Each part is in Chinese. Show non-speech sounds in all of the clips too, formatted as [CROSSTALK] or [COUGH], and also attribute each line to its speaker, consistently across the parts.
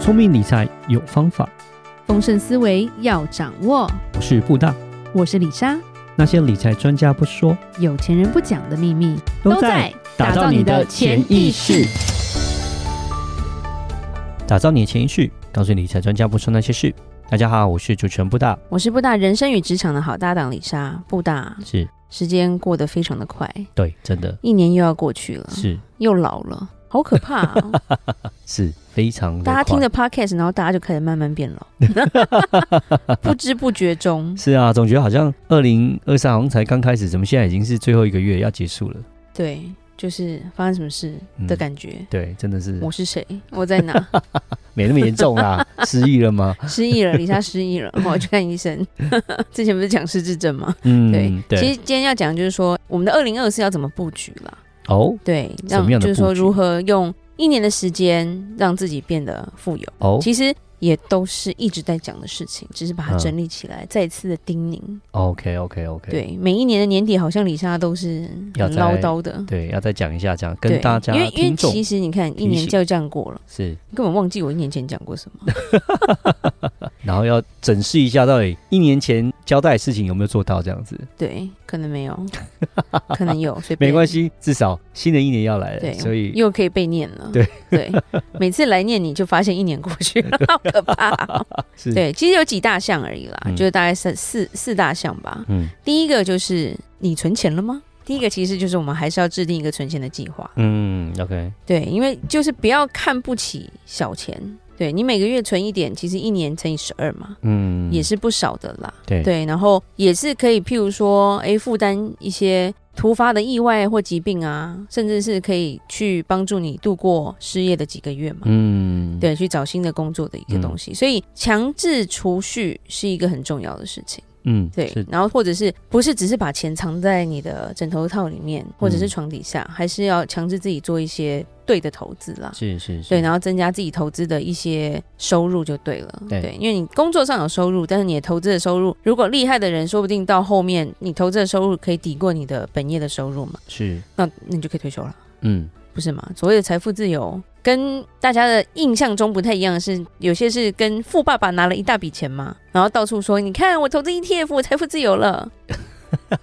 Speaker 1: 聪明理财有方法，
Speaker 2: 丰盛思维要掌握。
Speaker 1: 我是布大。
Speaker 2: 我是李莎，
Speaker 1: 那些理财专家不说，
Speaker 2: 有钱人不讲的秘密
Speaker 1: 打造你的潜意识。，打造你的潜意识，告诉理财专家不说那些事。大家好，我是主持人布大，
Speaker 2: 我是布大人生与职场的好搭档李莎。布大，
Speaker 1: 是
Speaker 2: 时间过得非常的快，
Speaker 1: 对，真的
Speaker 2: 一年又要过去了，
Speaker 1: 是
Speaker 2: 又老了，好可怕、哦！
Speaker 1: 是非常的
Speaker 2: 大家听
Speaker 1: 快
Speaker 2: 着 podcast，然后大家就开始慢慢变老，不知不觉中，
Speaker 1: 是啊，总觉得好像二零二三好像才刚开始，怎么现在已经是最后一个月要结束了？
Speaker 2: 对，就是发生什么事的感觉。
Speaker 1: 对，真的是
Speaker 2: 我是谁？我在哪？
Speaker 1: 没那么严重
Speaker 2: [LAUGHS]
Speaker 1: 啦，失忆了吗？
Speaker 2: 失忆了，李莎失忆了，我去看医生。 [LAUGHS] 之前不是讲失智症吗？
Speaker 1: 嗯，
Speaker 2: 对，
Speaker 1: 对，
Speaker 2: 其实今天要讲就是说，我们的二零二四要怎么布局啦？
Speaker 1: 哦
Speaker 2: 对，
Speaker 1: 什么样的
Speaker 2: 就是
Speaker 1: 布
Speaker 2: 说
Speaker 1: 局
Speaker 2: 如何用一年的时间让自己变得富有，
Speaker 1: 哦
Speaker 2: 其实也都是一直在讲的事情，只是把它整理起来，再一次的叮咛。
Speaker 1: 嗯，OK OK OK，
Speaker 2: 对，每一年的年底好像李莎都是
Speaker 1: 要
Speaker 2: 很
Speaker 1: 再
Speaker 2: 唠叨的，
Speaker 1: 对，要再讲一下，这样
Speaker 2: 对
Speaker 1: 跟大家
Speaker 2: 因为因为
Speaker 1: 听众
Speaker 2: 其实你看一
Speaker 1: 提
Speaker 2: 年
Speaker 1: 醒
Speaker 2: 就这样过了，
Speaker 1: 是，
Speaker 2: 你根本忘记我一年前讲过什么。
Speaker 1: 然后要整视一下到底一年前交代的事情有没有做到，这样子
Speaker 2: 对，可能
Speaker 1: [LAUGHS]
Speaker 2: 没有，可能有，随便
Speaker 1: 没关。系，至少新的一年要来了，
Speaker 2: 对，
Speaker 1: 所以
Speaker 2: 又可以被念了。
Speaker 1: 对
Speaker 2: [LAUGHS] 对，每次来念你就发现一年过去了，好可怕
Speaker 1: [LAUGHS]
Speaker 2: 哦、
Speaker 1: 是
Speaker 2: 对，其实有几大项而已啦，
Speaker 1: 嗯
Speaker 2: 就是大概三四四大项吧。
Speaker 1: 嗯
Speaker 2: 第一个就是你存钱了吗？第一个其实就是我们还是要制定一个存钱的计划，
Speaker 1: 嗯，OK，
Speaker 2: 对，因为就是不要看不起小钱，对你每个月存一点，其实一年乘以十二嘛，
Speaker 1: 嗯，
Speaker 2: 也是不少的啦。
Speaker 1: 对
Speaker 2: 对，然后也是可以，譬如说，哎，负担一些突发的意外或疾病啊，甚至是可以去帮助你度过失业的几个月嘛。
Speaker 1: 嗯，
Speaker 2: 对，去找新的工作的一个东西，所以强制储蓄是一个很重要的事情。
Speaker 1: 嗯，
Speaker 2: 对
Speaker 1: 是，，
Speaker 2: 然后或者是不是只是把钱藏在你的枕头套里面，或者是
Speaker 1: 嗯
Speaker 2: 床底下，还是要强制自己做一些对的投资啦。
Speaker 1: 是是是，
Speaker 2: 对，然后增加自己投资的一些收入就对了。
Speaker 1: 对
Speaker 2: 因为你工作上有收入，但是你的投资的收入，如果厉害的人，说不定到后面你投资的收入可以抵过你的本业的收入嘛，
Speaker 1: 是，
Speaker 2: 那那你就可以退休了，
Speaker 1: 嗯，
Speaker 2: 不是吗？所谓的财富自由，跟大家的印象中不太一样的是，有些是跟富爸爸拿了一大笔钱嘛，然后到处说，你看我投资 ETF，我财富自
Speaker 1: [LAUGHS]
Speaker 2: 由了。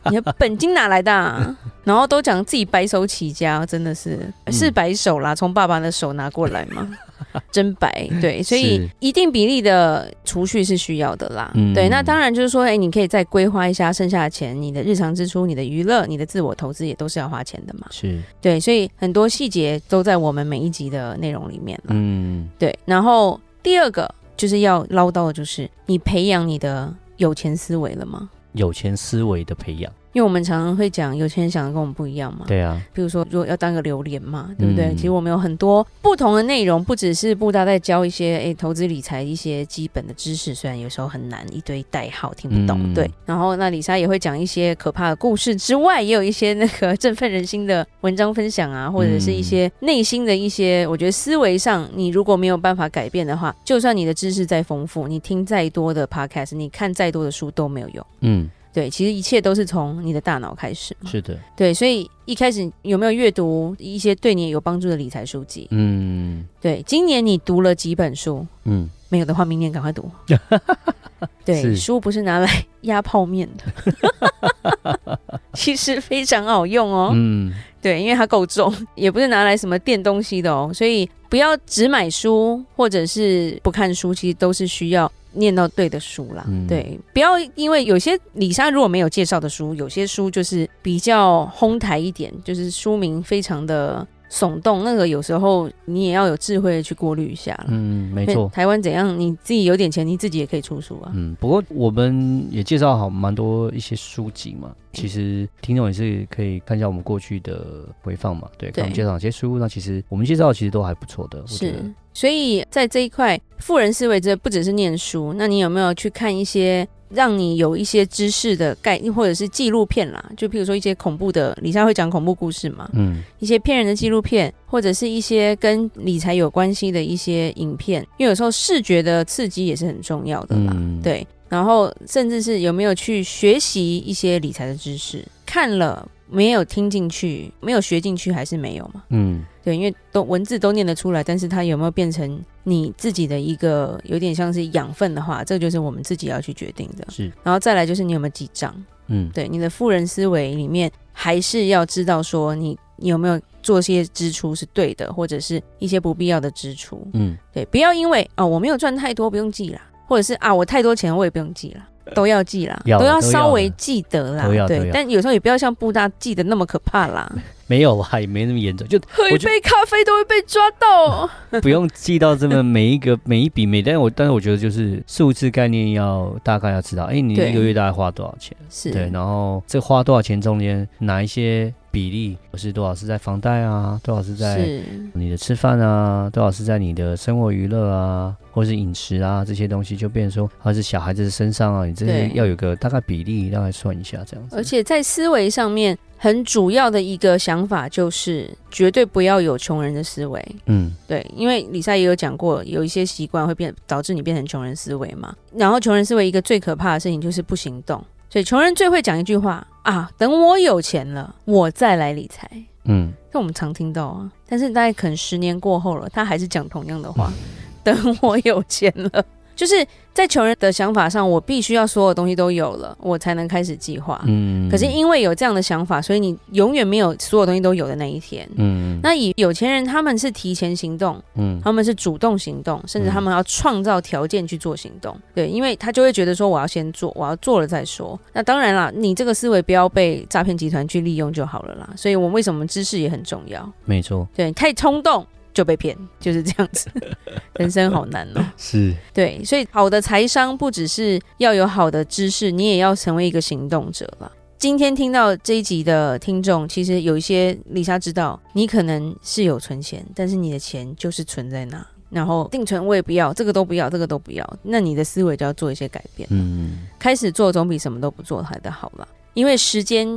Speaker 2: 你的本金哪来的、啊？然后都讲自己白手起家，真的是
Speaker 1: 嗯
Speaker 2: 是白手啦，从爸爸的手拿过来
Speaker 1: [LAUGHS]
Speaker 2: 嘛，真白。对，所以
Speaker 1: 是
Speaker 2: 一定比例的储蓄是需要的啦。
Speaker 1: 嗯
Speaker 2: 对，那当然就是说，哎，你可以再规划一下剩下的钱，你的日常支出、你的娱乐、你的自我投资也都是要花钱的嘛。
Speaker 1: 是，
Speaker 2: 对，所以很多细节都在我们每一集的内容里面了。
Speaker 1: 嗯，
Speaker 2: 对，然后第二个就是要唠叨的就是，你培养你的有钱思维了吗？
Speaker 1: 有钱思维的培养，
Speaker 2: 因为我们常常会讲有钱人想的跟我们不一样嘛，
Speaker 1: 对啊，
Speaker 2: 比如说如果要当个榴莲嘛，对不对？
Speaker 1: 嗯
Speaker 2: 其实我们有很多不同的内容，不只是布大在教一些诶投资理财一些基本的知识，虽然有时候很难，一堆代号听不懂，
Speaker 1: 嗯
Speaker 2: 对。然后那李莎也会讲一些可怕的故事之外，也有一些那个振奋人心的文章分享啊，或者是一
Speaker 1: 嗯
Speaker 2: 些内心的一些，我觉得思维上你如果没有办法改变的话，就算你的知识再丰富，你听再多的 podcast，你看再多的书都没有用。
Speaker 1: 嗯，
Speaker 2: 对，其实一切都是从你的大脑开始嘛。
Speaker 1: 是的，
Speaker 2: 对，所以一开始有没有阅读一些对你有帮助的理财书籍？
Speaker 1: 嗯
Speaker 2: 对，今年你读了几本书？
Speaker 1: 嗯，
Speaker 2: 没有的话，明年赶快
Speaker 1: [LAUGHS]
Speaker 2: 读。对，
Speaker 1: 是
Speaker 2: 书不是拿来压泡面的， [LAUGHS] 其实非常好用哦。
Speaker 1: 嗯，
Speaker 2: 对，因为它够重， [LAUGHS] 也不是拿来什么垫东西的哦。所以不要只买书，或者是不看书，其实都是需要念到对的书啦。
Speaker 1: 嗯
Speaker 2: 对，不要因为有些李莎如果没有介绍的书，有些书就是比较哄抬一点，就是书名非常的耸动，那个有时候你也要有智慧地去过滤一下啦。
Speaker 1: 嗯，没
Speaker 2: 因为
Speaker 1: 错，
Speaker 2: 台湾怎样，你自己有点钱，你自己也可以出书啊。
Speaker 1: 嗯，不过我们也介绍好蛮多一些书籍嘛，
Speaker 2: 嗯
Speaker 1: 其实听众也是可以看一下我们过去的回放嘛，对，
Speaker 2: 对
Speaker 1: 看我们介绍哪些书，那其实我们介绍的其实都还不错的，我觉
Speaker 2: 是
Speaker 1: 得，
Speaker 2: 所以在这一块，富人思维这不只是念书，那你有没有去看一些让你有一些知识的概念，或者是纪录片啦？就譬如说一些恐怖的，李莎会讲恐怖故事嘛，
Speaker 1: 嗯
Speaker 2: 一些骗人的纪录片，或者是一些跟理财有关系的一些影片，因为有时候视觉的刺激也是很重要的啦。
Speaker 1: 嗯，，
Speaker 2: 对，然后甚至是有没有去学习一些理财的知识？看了没有听进去，没有学进去，还是没有嘛？
Speaker 1: 嗯，
Speaker 2: 对，因为都文字都念得出来，但是它有没有变成你自己的一个有点像是养分的话，这个就是我们自己要去决定的。
Speaker 1: 是，
Speaker 2: 然后再来就是你有没有记账，
Speaker 1: 嗯，
Speaker 2: 对，你的富人思维里面还是要知道说你有没有做些支出是对的，或者是一些不必要的支出。
Speaker 1: 嗯，
Speaker 2: 对，不要因为啊、我没有赚太多，不用记啦，或者是啊我太多钱我也不用记啦，都要记啦，
Speaker 1: 要
Speaker 2: 都
Speaker 1: 啦
Speaker 2: 要
Speaker 1: 都要
Speaker 2: 稍微
Speaker 1: 啦
Speaker 2: 记得啦
Speaker 1: 都要，都
Speaker 2: 对
Speaker 1: 要。
Speaker 2: 但有时候也不要像布大记得那么可怕啦，
Speaker 1: 没有吧，也没那么严重，
Speaker 2: [LAUGHS]
Speaker 1: 就
Speaker 2: 喝
Speaker 1: [LAUGHS] 我
Speaker 2: 一
Speaker 1: 觉
Speaker 2: 杯咖啡都会被抓
Speaker 1: [LAUGHS]
Speaker 2: 到。
Speaker 1: 不用记到这么每一个每一笔每，但我但是我觉得就是数字概念要大概要知道，哎，你
Speaker 2: 对
Speaker 1: 一个月大概花多少钱？
Speaker 2: 是，
Speaker 1: 对，然后这花多少钱中间哪一些比例是多少是在房贷啊，多少是在
Speaker 2: 是，
Speaker 1: 你的吃饭啊，多少是在你的生活娱乐啊，或是饮食啊这些东西，就变成说，还是小孩子身上啊，你这些
Speaker 2: 对
Speaker 1: 要有个大概比例，大概算一下这样子。
Speaker 2: 而且在思维上面很主要的一个想法就是绝对不要有穷人的思维。
Speaker 1: 嗯
Speaker 2: 对，因为李莎也有讲过，有一些习惯会变导致你变成穷人思维嘛。然后穷人思维一个最可怕的事情就是不行动，所以穷人最会讲一句话啊，等我有钱了，我再来理财。
Speaker 1: 嗯，
Speaker 2: 这我们常听到啊，但是大概可能十年过后了，他还是讲同样的话，
Speaker 1: 嗯
Speaker 2: 等我有钱了。 [LAUGHS] 就是在穷人的想法上，我必须要所有东西都有了，我才能开始计划。
Speaker 1: 嗯
Speaker 2: 啊可是因为有这样的想法，所以你永远没有所有东西都有的那一天。
Speaker 1: 嗯
Speaker 2: 那以有钱人，他们是提前行动，
Speaker 1: 嗯
Speaker 2: 他们是主动行动，甚至他们要创造条件去做行动。对，因为他就会觉得说我要先做，我要做了再说。那当然啦，你这个思维不要被诈骗集团去利用就好了啦。所以我们为什么知识也很重要？
Speaker 1: 没错，
Speaker 2: 对，太冲动就被骗，就是这样子。人生好难哦、
Speaker 1: 是
Speaker 2: 对，所以好的财商不只是要有好的知识，你也要成为一个行动者了。今天听到这一集的听众，其实有一些丽莎知道，你可能是有存钱，但是你的钱就是存在那，然后定存我也不要，这个都不要，这个都不要，那你的思维就要做一些改变，
Speaker 1: 嗯
Speaker 2: 开始做总比什么都不做来的好了，因为时间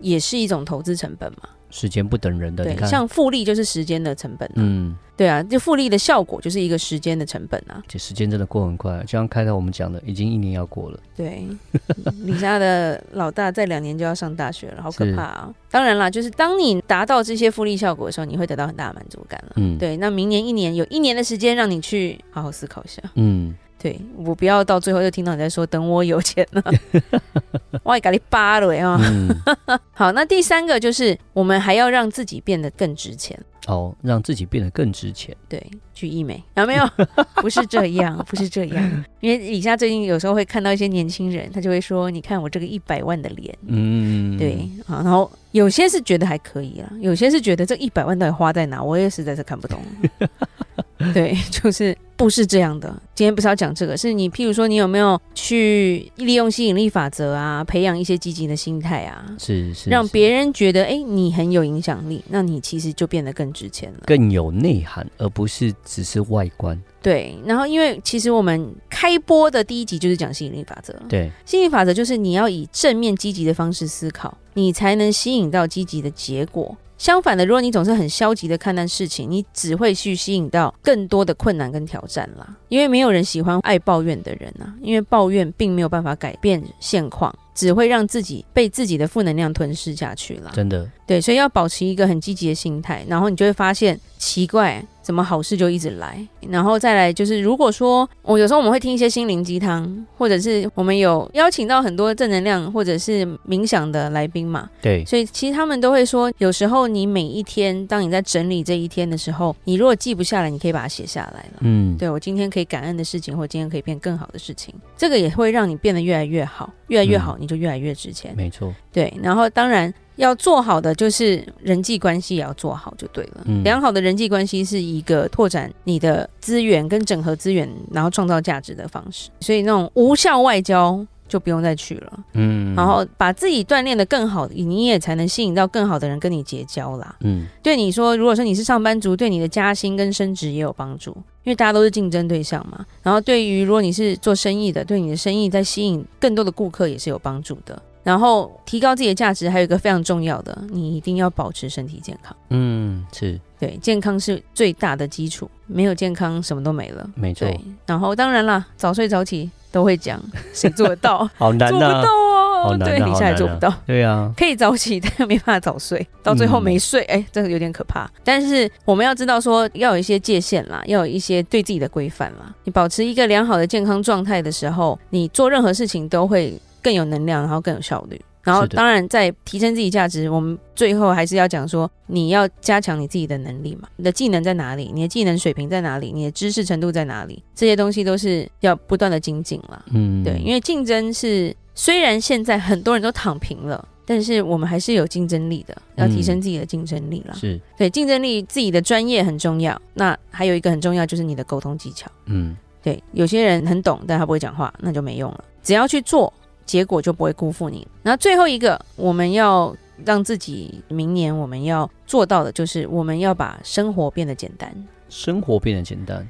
Speaker 2: 也是一种投资成本嘛，
Speaker 1: 时间不等人的，你
Speaker 2: 对，
Speaker 1: 看
Speaker 2: 像复利就是时间的成本、啊，
Speaker 1: 嗯。
Speaker 2: 对啊，就复利的效果就是一个时间的成本啊，
Speaker 1: 这时间真的过很快，就像开头我们讲的，已经一年要过了。
Speaker 2: 对，嗯李莎的老大在两年就要上大学了，好可
Speaker 1: 是
Speaker 2: 怕啊！当然啦，就是当你达到这些复利效果的时候，你会得到很大的满足感了。
Speaker 1: 嗯，，
Speaker 2: 对，那明年一年有一年的时间让你去好好思考一下。
Speaker 1: 嗯，
Speaker 2: 对我不要到最后就听到你在说等我有钱
Speaker 1: [LAUGHS]
Speaker 2: 了，我也给你扒了啊！
Speaker 1: 嗯，
Speaker 2: 好，那第三个就是我们还要让自己变得更值钱。
Speaker 1: 哦，让自己变得更值钱。
Speaker 2: 对，去医美啊？没
Speaker 1: [LAUGHS]
Speaker 2: 有，不是这样，不是这样。因为李莎最近有时候会看到一些年轻人，他就会说：“你看我这个一百万的脸。”
Speaker 1: 嗯，
Speaker 2: 对，好，然后有些是觉得还可以啦，有些是觉得这一百万到底花在哪，我也实在是看
Speaker 1: [LAUGHS]
Speaker 2: 不懂。对， [LAUGHS] 就是不是这样的。今天不是要讲这个，是你譬如说你有没有去利用吸引力法则啊，培养一些积极的心态啊，
Speaker 1: 是，是是
Speaker 2: 让别人觉得哎、诶你很有影响力，那你其实就变得更值钱了。
Speaker 1: 更有内涵，而不是只是外观。
Speaker 2: 对，然后因为其实我们开播的第一集就是讲吸引力法则，
Speaker 1: 对，
Speaker 2: 吸引力法则就是你要以正面积极的方式思考，你才能吸引到积极的结果。相反的，如果你总是很消极的看待事情，你只会去吸引到更多的困难跟挑战啦。因为没有人喜欢爱抱怨的人啊，因为抱怨并没有办法改变现况，只会让自己被自己的负能量吞噬下去啦。
Speaker 1: 真的，
Speaker 2: 对，所以要保持一个很积极的心态，然后你就会发现奇怪，怎么好事就一直来。然后再来就是，如果说哦我有时候我们会听一些心灵鸡汤，或者是我们有邀请到很多正能量或者是冥想的来宾嘛，
Speaker 1: 对，
Speaker 2: 所以其实他们都会说，有时候你每一天，当你在整理这一天的时候，你如果记不下来，你可以把它写下来了。
Speaker 1: 嗯，
Speaker 2: 对我今天可以感恩的事情，或今天可以变更好的事情，这个也会让你变得越来越好，越来越好，你就越来越值钱。
Speaker 1: 没错，
Speaker 2: 对，然后当然要做好的就是人际关系也要做好就对了。
Speaker 1: 嗯
Speaker 2: 良好的人际关系是一个拓展你的资源跟整合资源，然后创造价值的方式。所以那种无效外交。就不用再去了，
Speaker 1: 嗯，
Speaker 2: 然，后把自己锻炼的更好，你也才能吸引到更好的人跟你结交啦。
Speaker 1: 嗯，
Speaker 2: 对你说，如果说你是上班族，对你的加薪跟升职也有帮助，因为大家都是竞争对象嘛。然后对于如果你是做生意的，对你的生意在吸引更多的顾客也是有帮助的。然后提高自己的价值，还有一个非常重要的，你一定要保持身体健康。
Speaker 1: 嗯，是，
Speaker 2: 对，健康是最大的基础，没有健康什么都没了。
Speaker 1: 没错，
Speaker 2: 对，然后当然啦，早睡早起都会讲，谁做得到？
Speaker 1: [LAUGHS] 好难
Speaker 2: 做不
Speaker 1: 呐
Speaker 2: 到，
Speaker 1: 好
Speaker 2: 哦，
Speaker 1: 难啊
Speaker 2: 对，你
Speaker 1: 好
Speaker 2: 现在
Speaker 1: 难
Speaker 2: 做不
Speaker 1: 啊
Speaker 2: 到。
Speaker 1: 对啊，
Speaker 2: 可以早起，但没办法早睡， [LAUGHS] 到最后
Speaker 1: 嗯
Speaker 2: 没睡，哎、这个有点可怕。但是我们要知道说，要有一些界限啦，要有一些对自己的规范啦。你保持一个良好的健康状态的时候，你做任何事情都会更有能量，然后更有效率。然后，
Speaker 1: 是的
Speaker 2: 当然，在提升自己价值，我们最后还是要讲说，你要加强你自己的能力嘛，你的技能在哪里，你的技能水平在哪里，你的知识程度在哪里，这些东西都是要不断的精进啦。
Speaker 1: 嗯，
Speaker 2: 对，因为竞争是虽然现在很多人都躺平了，但是我们还是有竞争力的，要提升自己的竞争力啦。
Speaker 1: 是，
Speaker 2: 对，竞争力自己的专业很重要，那还有一个很重要就是你的沟通技巧。
Speaker 1: 嗯，
Speaker 2: 对，有些人很懂，但他不会讲话，那就没用了。只要去做，结果就不会辜负你。然后最后一个，我们要让自己明年我们要做到的就是，我们要把生活变得简单。
Speaker 1: 生活变得简单。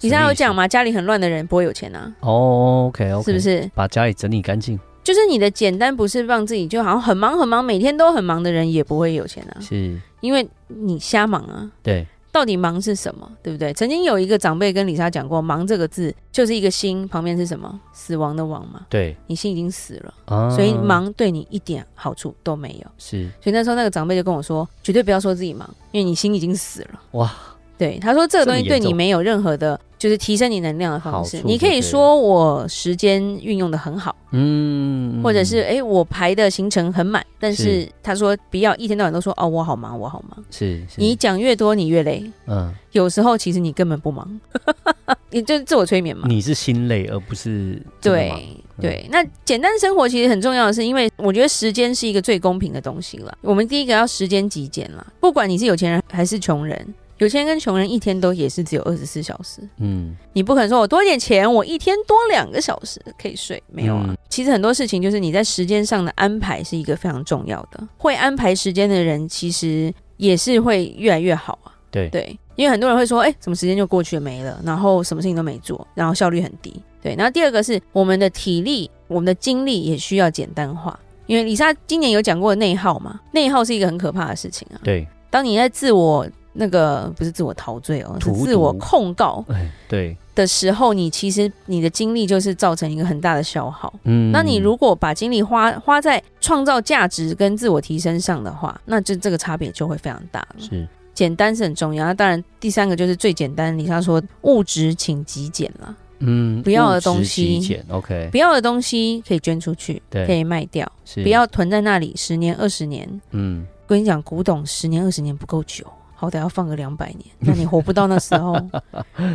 Speaker 2: 你刚刚有讲
Speaker 1: 吗？
Speaker 2: 嘛，家里很乱的人不会有钱啊，
Speaker 1: 哦，OK OK，
Speaker 2: 是不？是？
Speaker 1: 把家里整理干净，
Speaker 2: 就是你的简单不是让自己就好像很忙很忙，每天都很忙的人也不会有钱啊，
Speaker 1: 是，
Speaker 2: 因为你瞎忙啊。
Speaker 1: 对，
Speaker 2: 到底忙是什么，对不对？曾经有一个长辈跟李莎讲过，忙这个字就是一个心旁边是什么？死亡的亡嘛，
Speaker 1: 对
Speaker 2: 你心已经死了，
Speaker 1: 啊，
Speaker 2: 所以忙对你一点好处都没有。
Speaker 1: 是
Speaker 2: 所以那时候那个长辈就跟我说，绝对不要说自己忙，因为你心已经死了。
Speaker 1: 哇，
Speaker 2: 对，他说这个东西
Speaker 1: 这么
Speaker 2: 对
Speaker 1: 严重
Speaker 2: 你没有任何的，就是提升你能量的方式
Speaker 1: 好。处
Speaker 2: 你可
Speaker 1: 就对
Speaker 2: 以说我时间运用的很好。
Speaker 1: 嗯，
Speaker 2: 或者是诶，我排的行程很满，但
Speaker 1: 是
Speaker 2: 是他说不要一天到晚都说哦我好忙我好忙，
Speaker 1: 是是
Speaker 2: 你讲越多你越累，
Speaker 1: 嗯，
Speaker 2: 有时候其实你根本不忙， [LAUGHS] 你就是自我催眠嘛。
Speaker 1: 你是心累而不是真的忙嗯
Speaker 2: 对对，那简单生活其实很重要的是，因为我觉得时间是一个最公平的东西了。我们第一个要时间极简啦，不管你是有钱人还是穷人，有钱人跟穷人一天都也是只有二十四小时，
Speaker 1: 嗯
Speaker 2: 你不可能说我多一点钱，我一天多两个小时可以睡，没有啊。
Speaker 1: 嗯
Speaker 2: 其实很多事情就是你在时间上的安排是一个非常重要的，会安排时间的人其实也是会越来越好啊。
Speaker 1: 对
Speaker 2: 对，因为很多人会说，哎、怎么时间就过去了没了，然后什么事情都没做，然后效率很低。对，然后第二个是我们的体力、我们的精力也需要简单化，因为李莎今年有讲过内耗嘛，内耗是一个很可怕的事情啊。
Speaker 1: 对
Speaker 2: 当你在自我那个不是自我陶醉哦，是
Speaker 1: 荼毒
Speaker 2: 自我控告，
Speaker 1: 哎对，
Speaker 2: 的时候，你其实你的精力就是造成一个很大的消耗。
Speaker 1: 嗯，
Speaker 2: 那你如果把精力花花在创造价值跟自我提升上的话，那就这个差别就会非常大了。
Speaker 1: 是
Speaker 2: 简单是很重要，那当然第三个就是最简单，李莎说物质请极简啦，
Speaker 1: 嗯
Speaker 2: 不要的
Speaker 1: 物质
Speaker 2: 东西
Speaker 1: 极简 OK
Speaker 2: 不要的东西可以捐出去，
Speaker 1: 对
Speaker 2: 可以卖掉，
Speaker 1: 是
Speaker 2: 不要囤在那里十年二十年。
Speaker 1: 嗯
Speaker 2: 跟你讲，古董十年二十年不够久，好歹要放个两百年，那你活不到那时
Speaker 1: [LAUGHS]
Speaker 2: 候。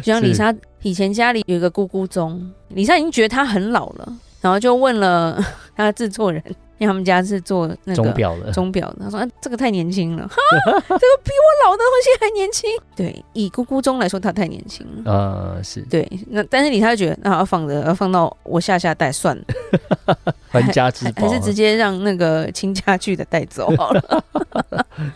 Speaker 2: 就像李莎以前家里有一个咕咕钟，李莎已经觉得她很老了，然后就问了她的制作人，因为他们家是做那个
Speaker 1: 钟表了，
Speaker 2: 钟表的，他说、啊、这个太年轻了，哈， [LAUGHS] 这个比我老的东西还年轻。对，以咕咕钟来说，它太年轻了。
Speaker 1: 呃 [LAUGHS] 是
Speaker 2: 对，那但是李莎就觉得，那、啊、要放着，要放到我下下代算了。
Speaker 1: 传家之
Speaker 2: 还
Speaker 1: 宝
Speaker 2: 还
Speaker 1: 啊，
Speaker 2: 是直接让那个亲家去的带走好了。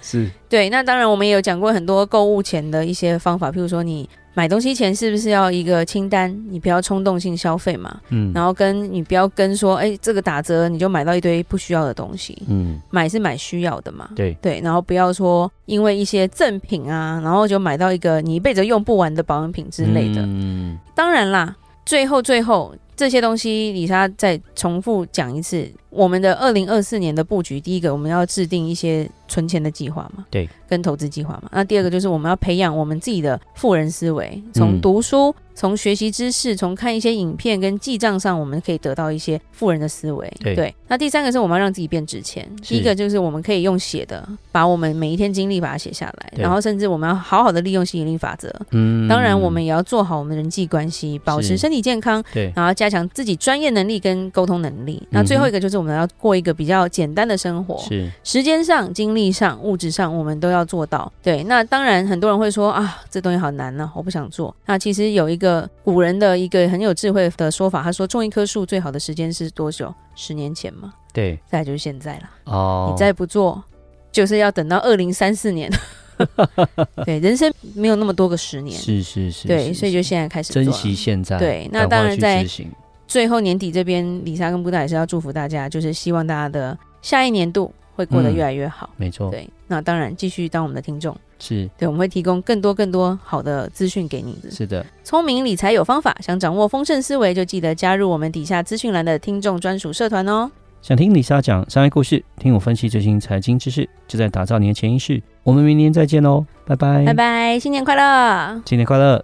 Speaker 1: 是
Speaker 2: 对，那当然我们也有讲过很多购物前的一些方法，譬如说你买东西前是不是要一个清单，你不要冲动性消费嘛，
Speaker 1: 嗯
Speaker 2: 然后跟你不要跟说，哎，这个打折你就买到一堆不需要的东西，
Speaker 1: 嗯
Speaker 2: 买是买需要的嘛。
Speaker 1: 对
Speaker 2: 对，然后不要说因为一些赠品啊，然后就买到一个你一辈子用不完的保养品之类的。
Speaker 1: 嗯
Speaker 2: 当然啦，最后最后这些东西，李莎再重复讲一次，我们的二零二四年的布局，第一个我们要制定一些存钱的计划嘛，
Speaker 1: 对，
Speaker 2: 跟投资计划嘛。那第二个就是我们要培养我们自己的富人思维，
Speaker 1: 嗯
Speaker 2: 从读书、从学习知识、从看一些影片跟记账上，我们可以得到一些富人的思维。
Speaker 1: 对
Speaker 2: 那第三个是我们要让自己变值钱。
Speaker 1: 是
Speaker 2: 第一个就是我们可以用写的，把我们每一天经历把它写下来，
Speaker 1: 对
Speaker 2: 然后甚至我们要好好的利用吸引力法则，
Speaker 1: 嗯
Speaker 2: 当然，我们也要做好我们的人际关系，保持身体健康，
Speaker 1: 对
Speaker 2: 然后加强自己专业能力跟沟通能力。那最后一个就是我们要过一个比较简单的生活，
Speaker 1: 嗯是
Speaker 2: 时间上、精力上、物质上，我们都要做到。对，那当然很多人会说啊，这东西好难呢、我不想做。那其实有一个古人的一个很有智慧的说法，他说种一棵树最好的时间是多久？十年前嘛，
Speaker 1: 对
Speaker 2: 再来就是现在啦。
Speaker 1: 哦
Speaker 2: 你再不做，就是要等到二零三四年。 [LAUGHS] 对，人生没有那么多个十年。
Speaker 1: 是是是
Speaker 2: 对，
Speaker 1: 是
Speaker 2: 所以就现在开始做
Speaker 1: 珍
Speaker 2: 了
Speaker 1: 惜。现在，
Speaker 2: 对那
Speaker 1: 赶快
Speaker 2: 当然
Speaker 1: 去
Speaker 2: 在
Speaker 1: 执行
Speaker 2: 最后年底这边，李莎跟布达也是要祝福大家，就是希望大家的下一年度会过得
Speaker 1: 嗯
Speaker 2: 越来越好。
Speaker 1: 没错，
Speaker 2: 对，那当然继续当我们的听众，
Speaker 1: 是
Speaker 2: 对，我们会提供更多更多好的资讯给你。
Speaker 1: 是的，
Speaker 2: 聪明理财有方法，想掌握丰盛思维，就记得加入我们底下资讯栏的听众专属社团哦。
Speaker 1: 想听李莎讲商业故事，听我分析最新财经知识，就在打造你的潜意识。我们明年再见喽，拜拜，
Speaker 2: 拜，拜，新年快乐！
Speaker 1: 新年快乐。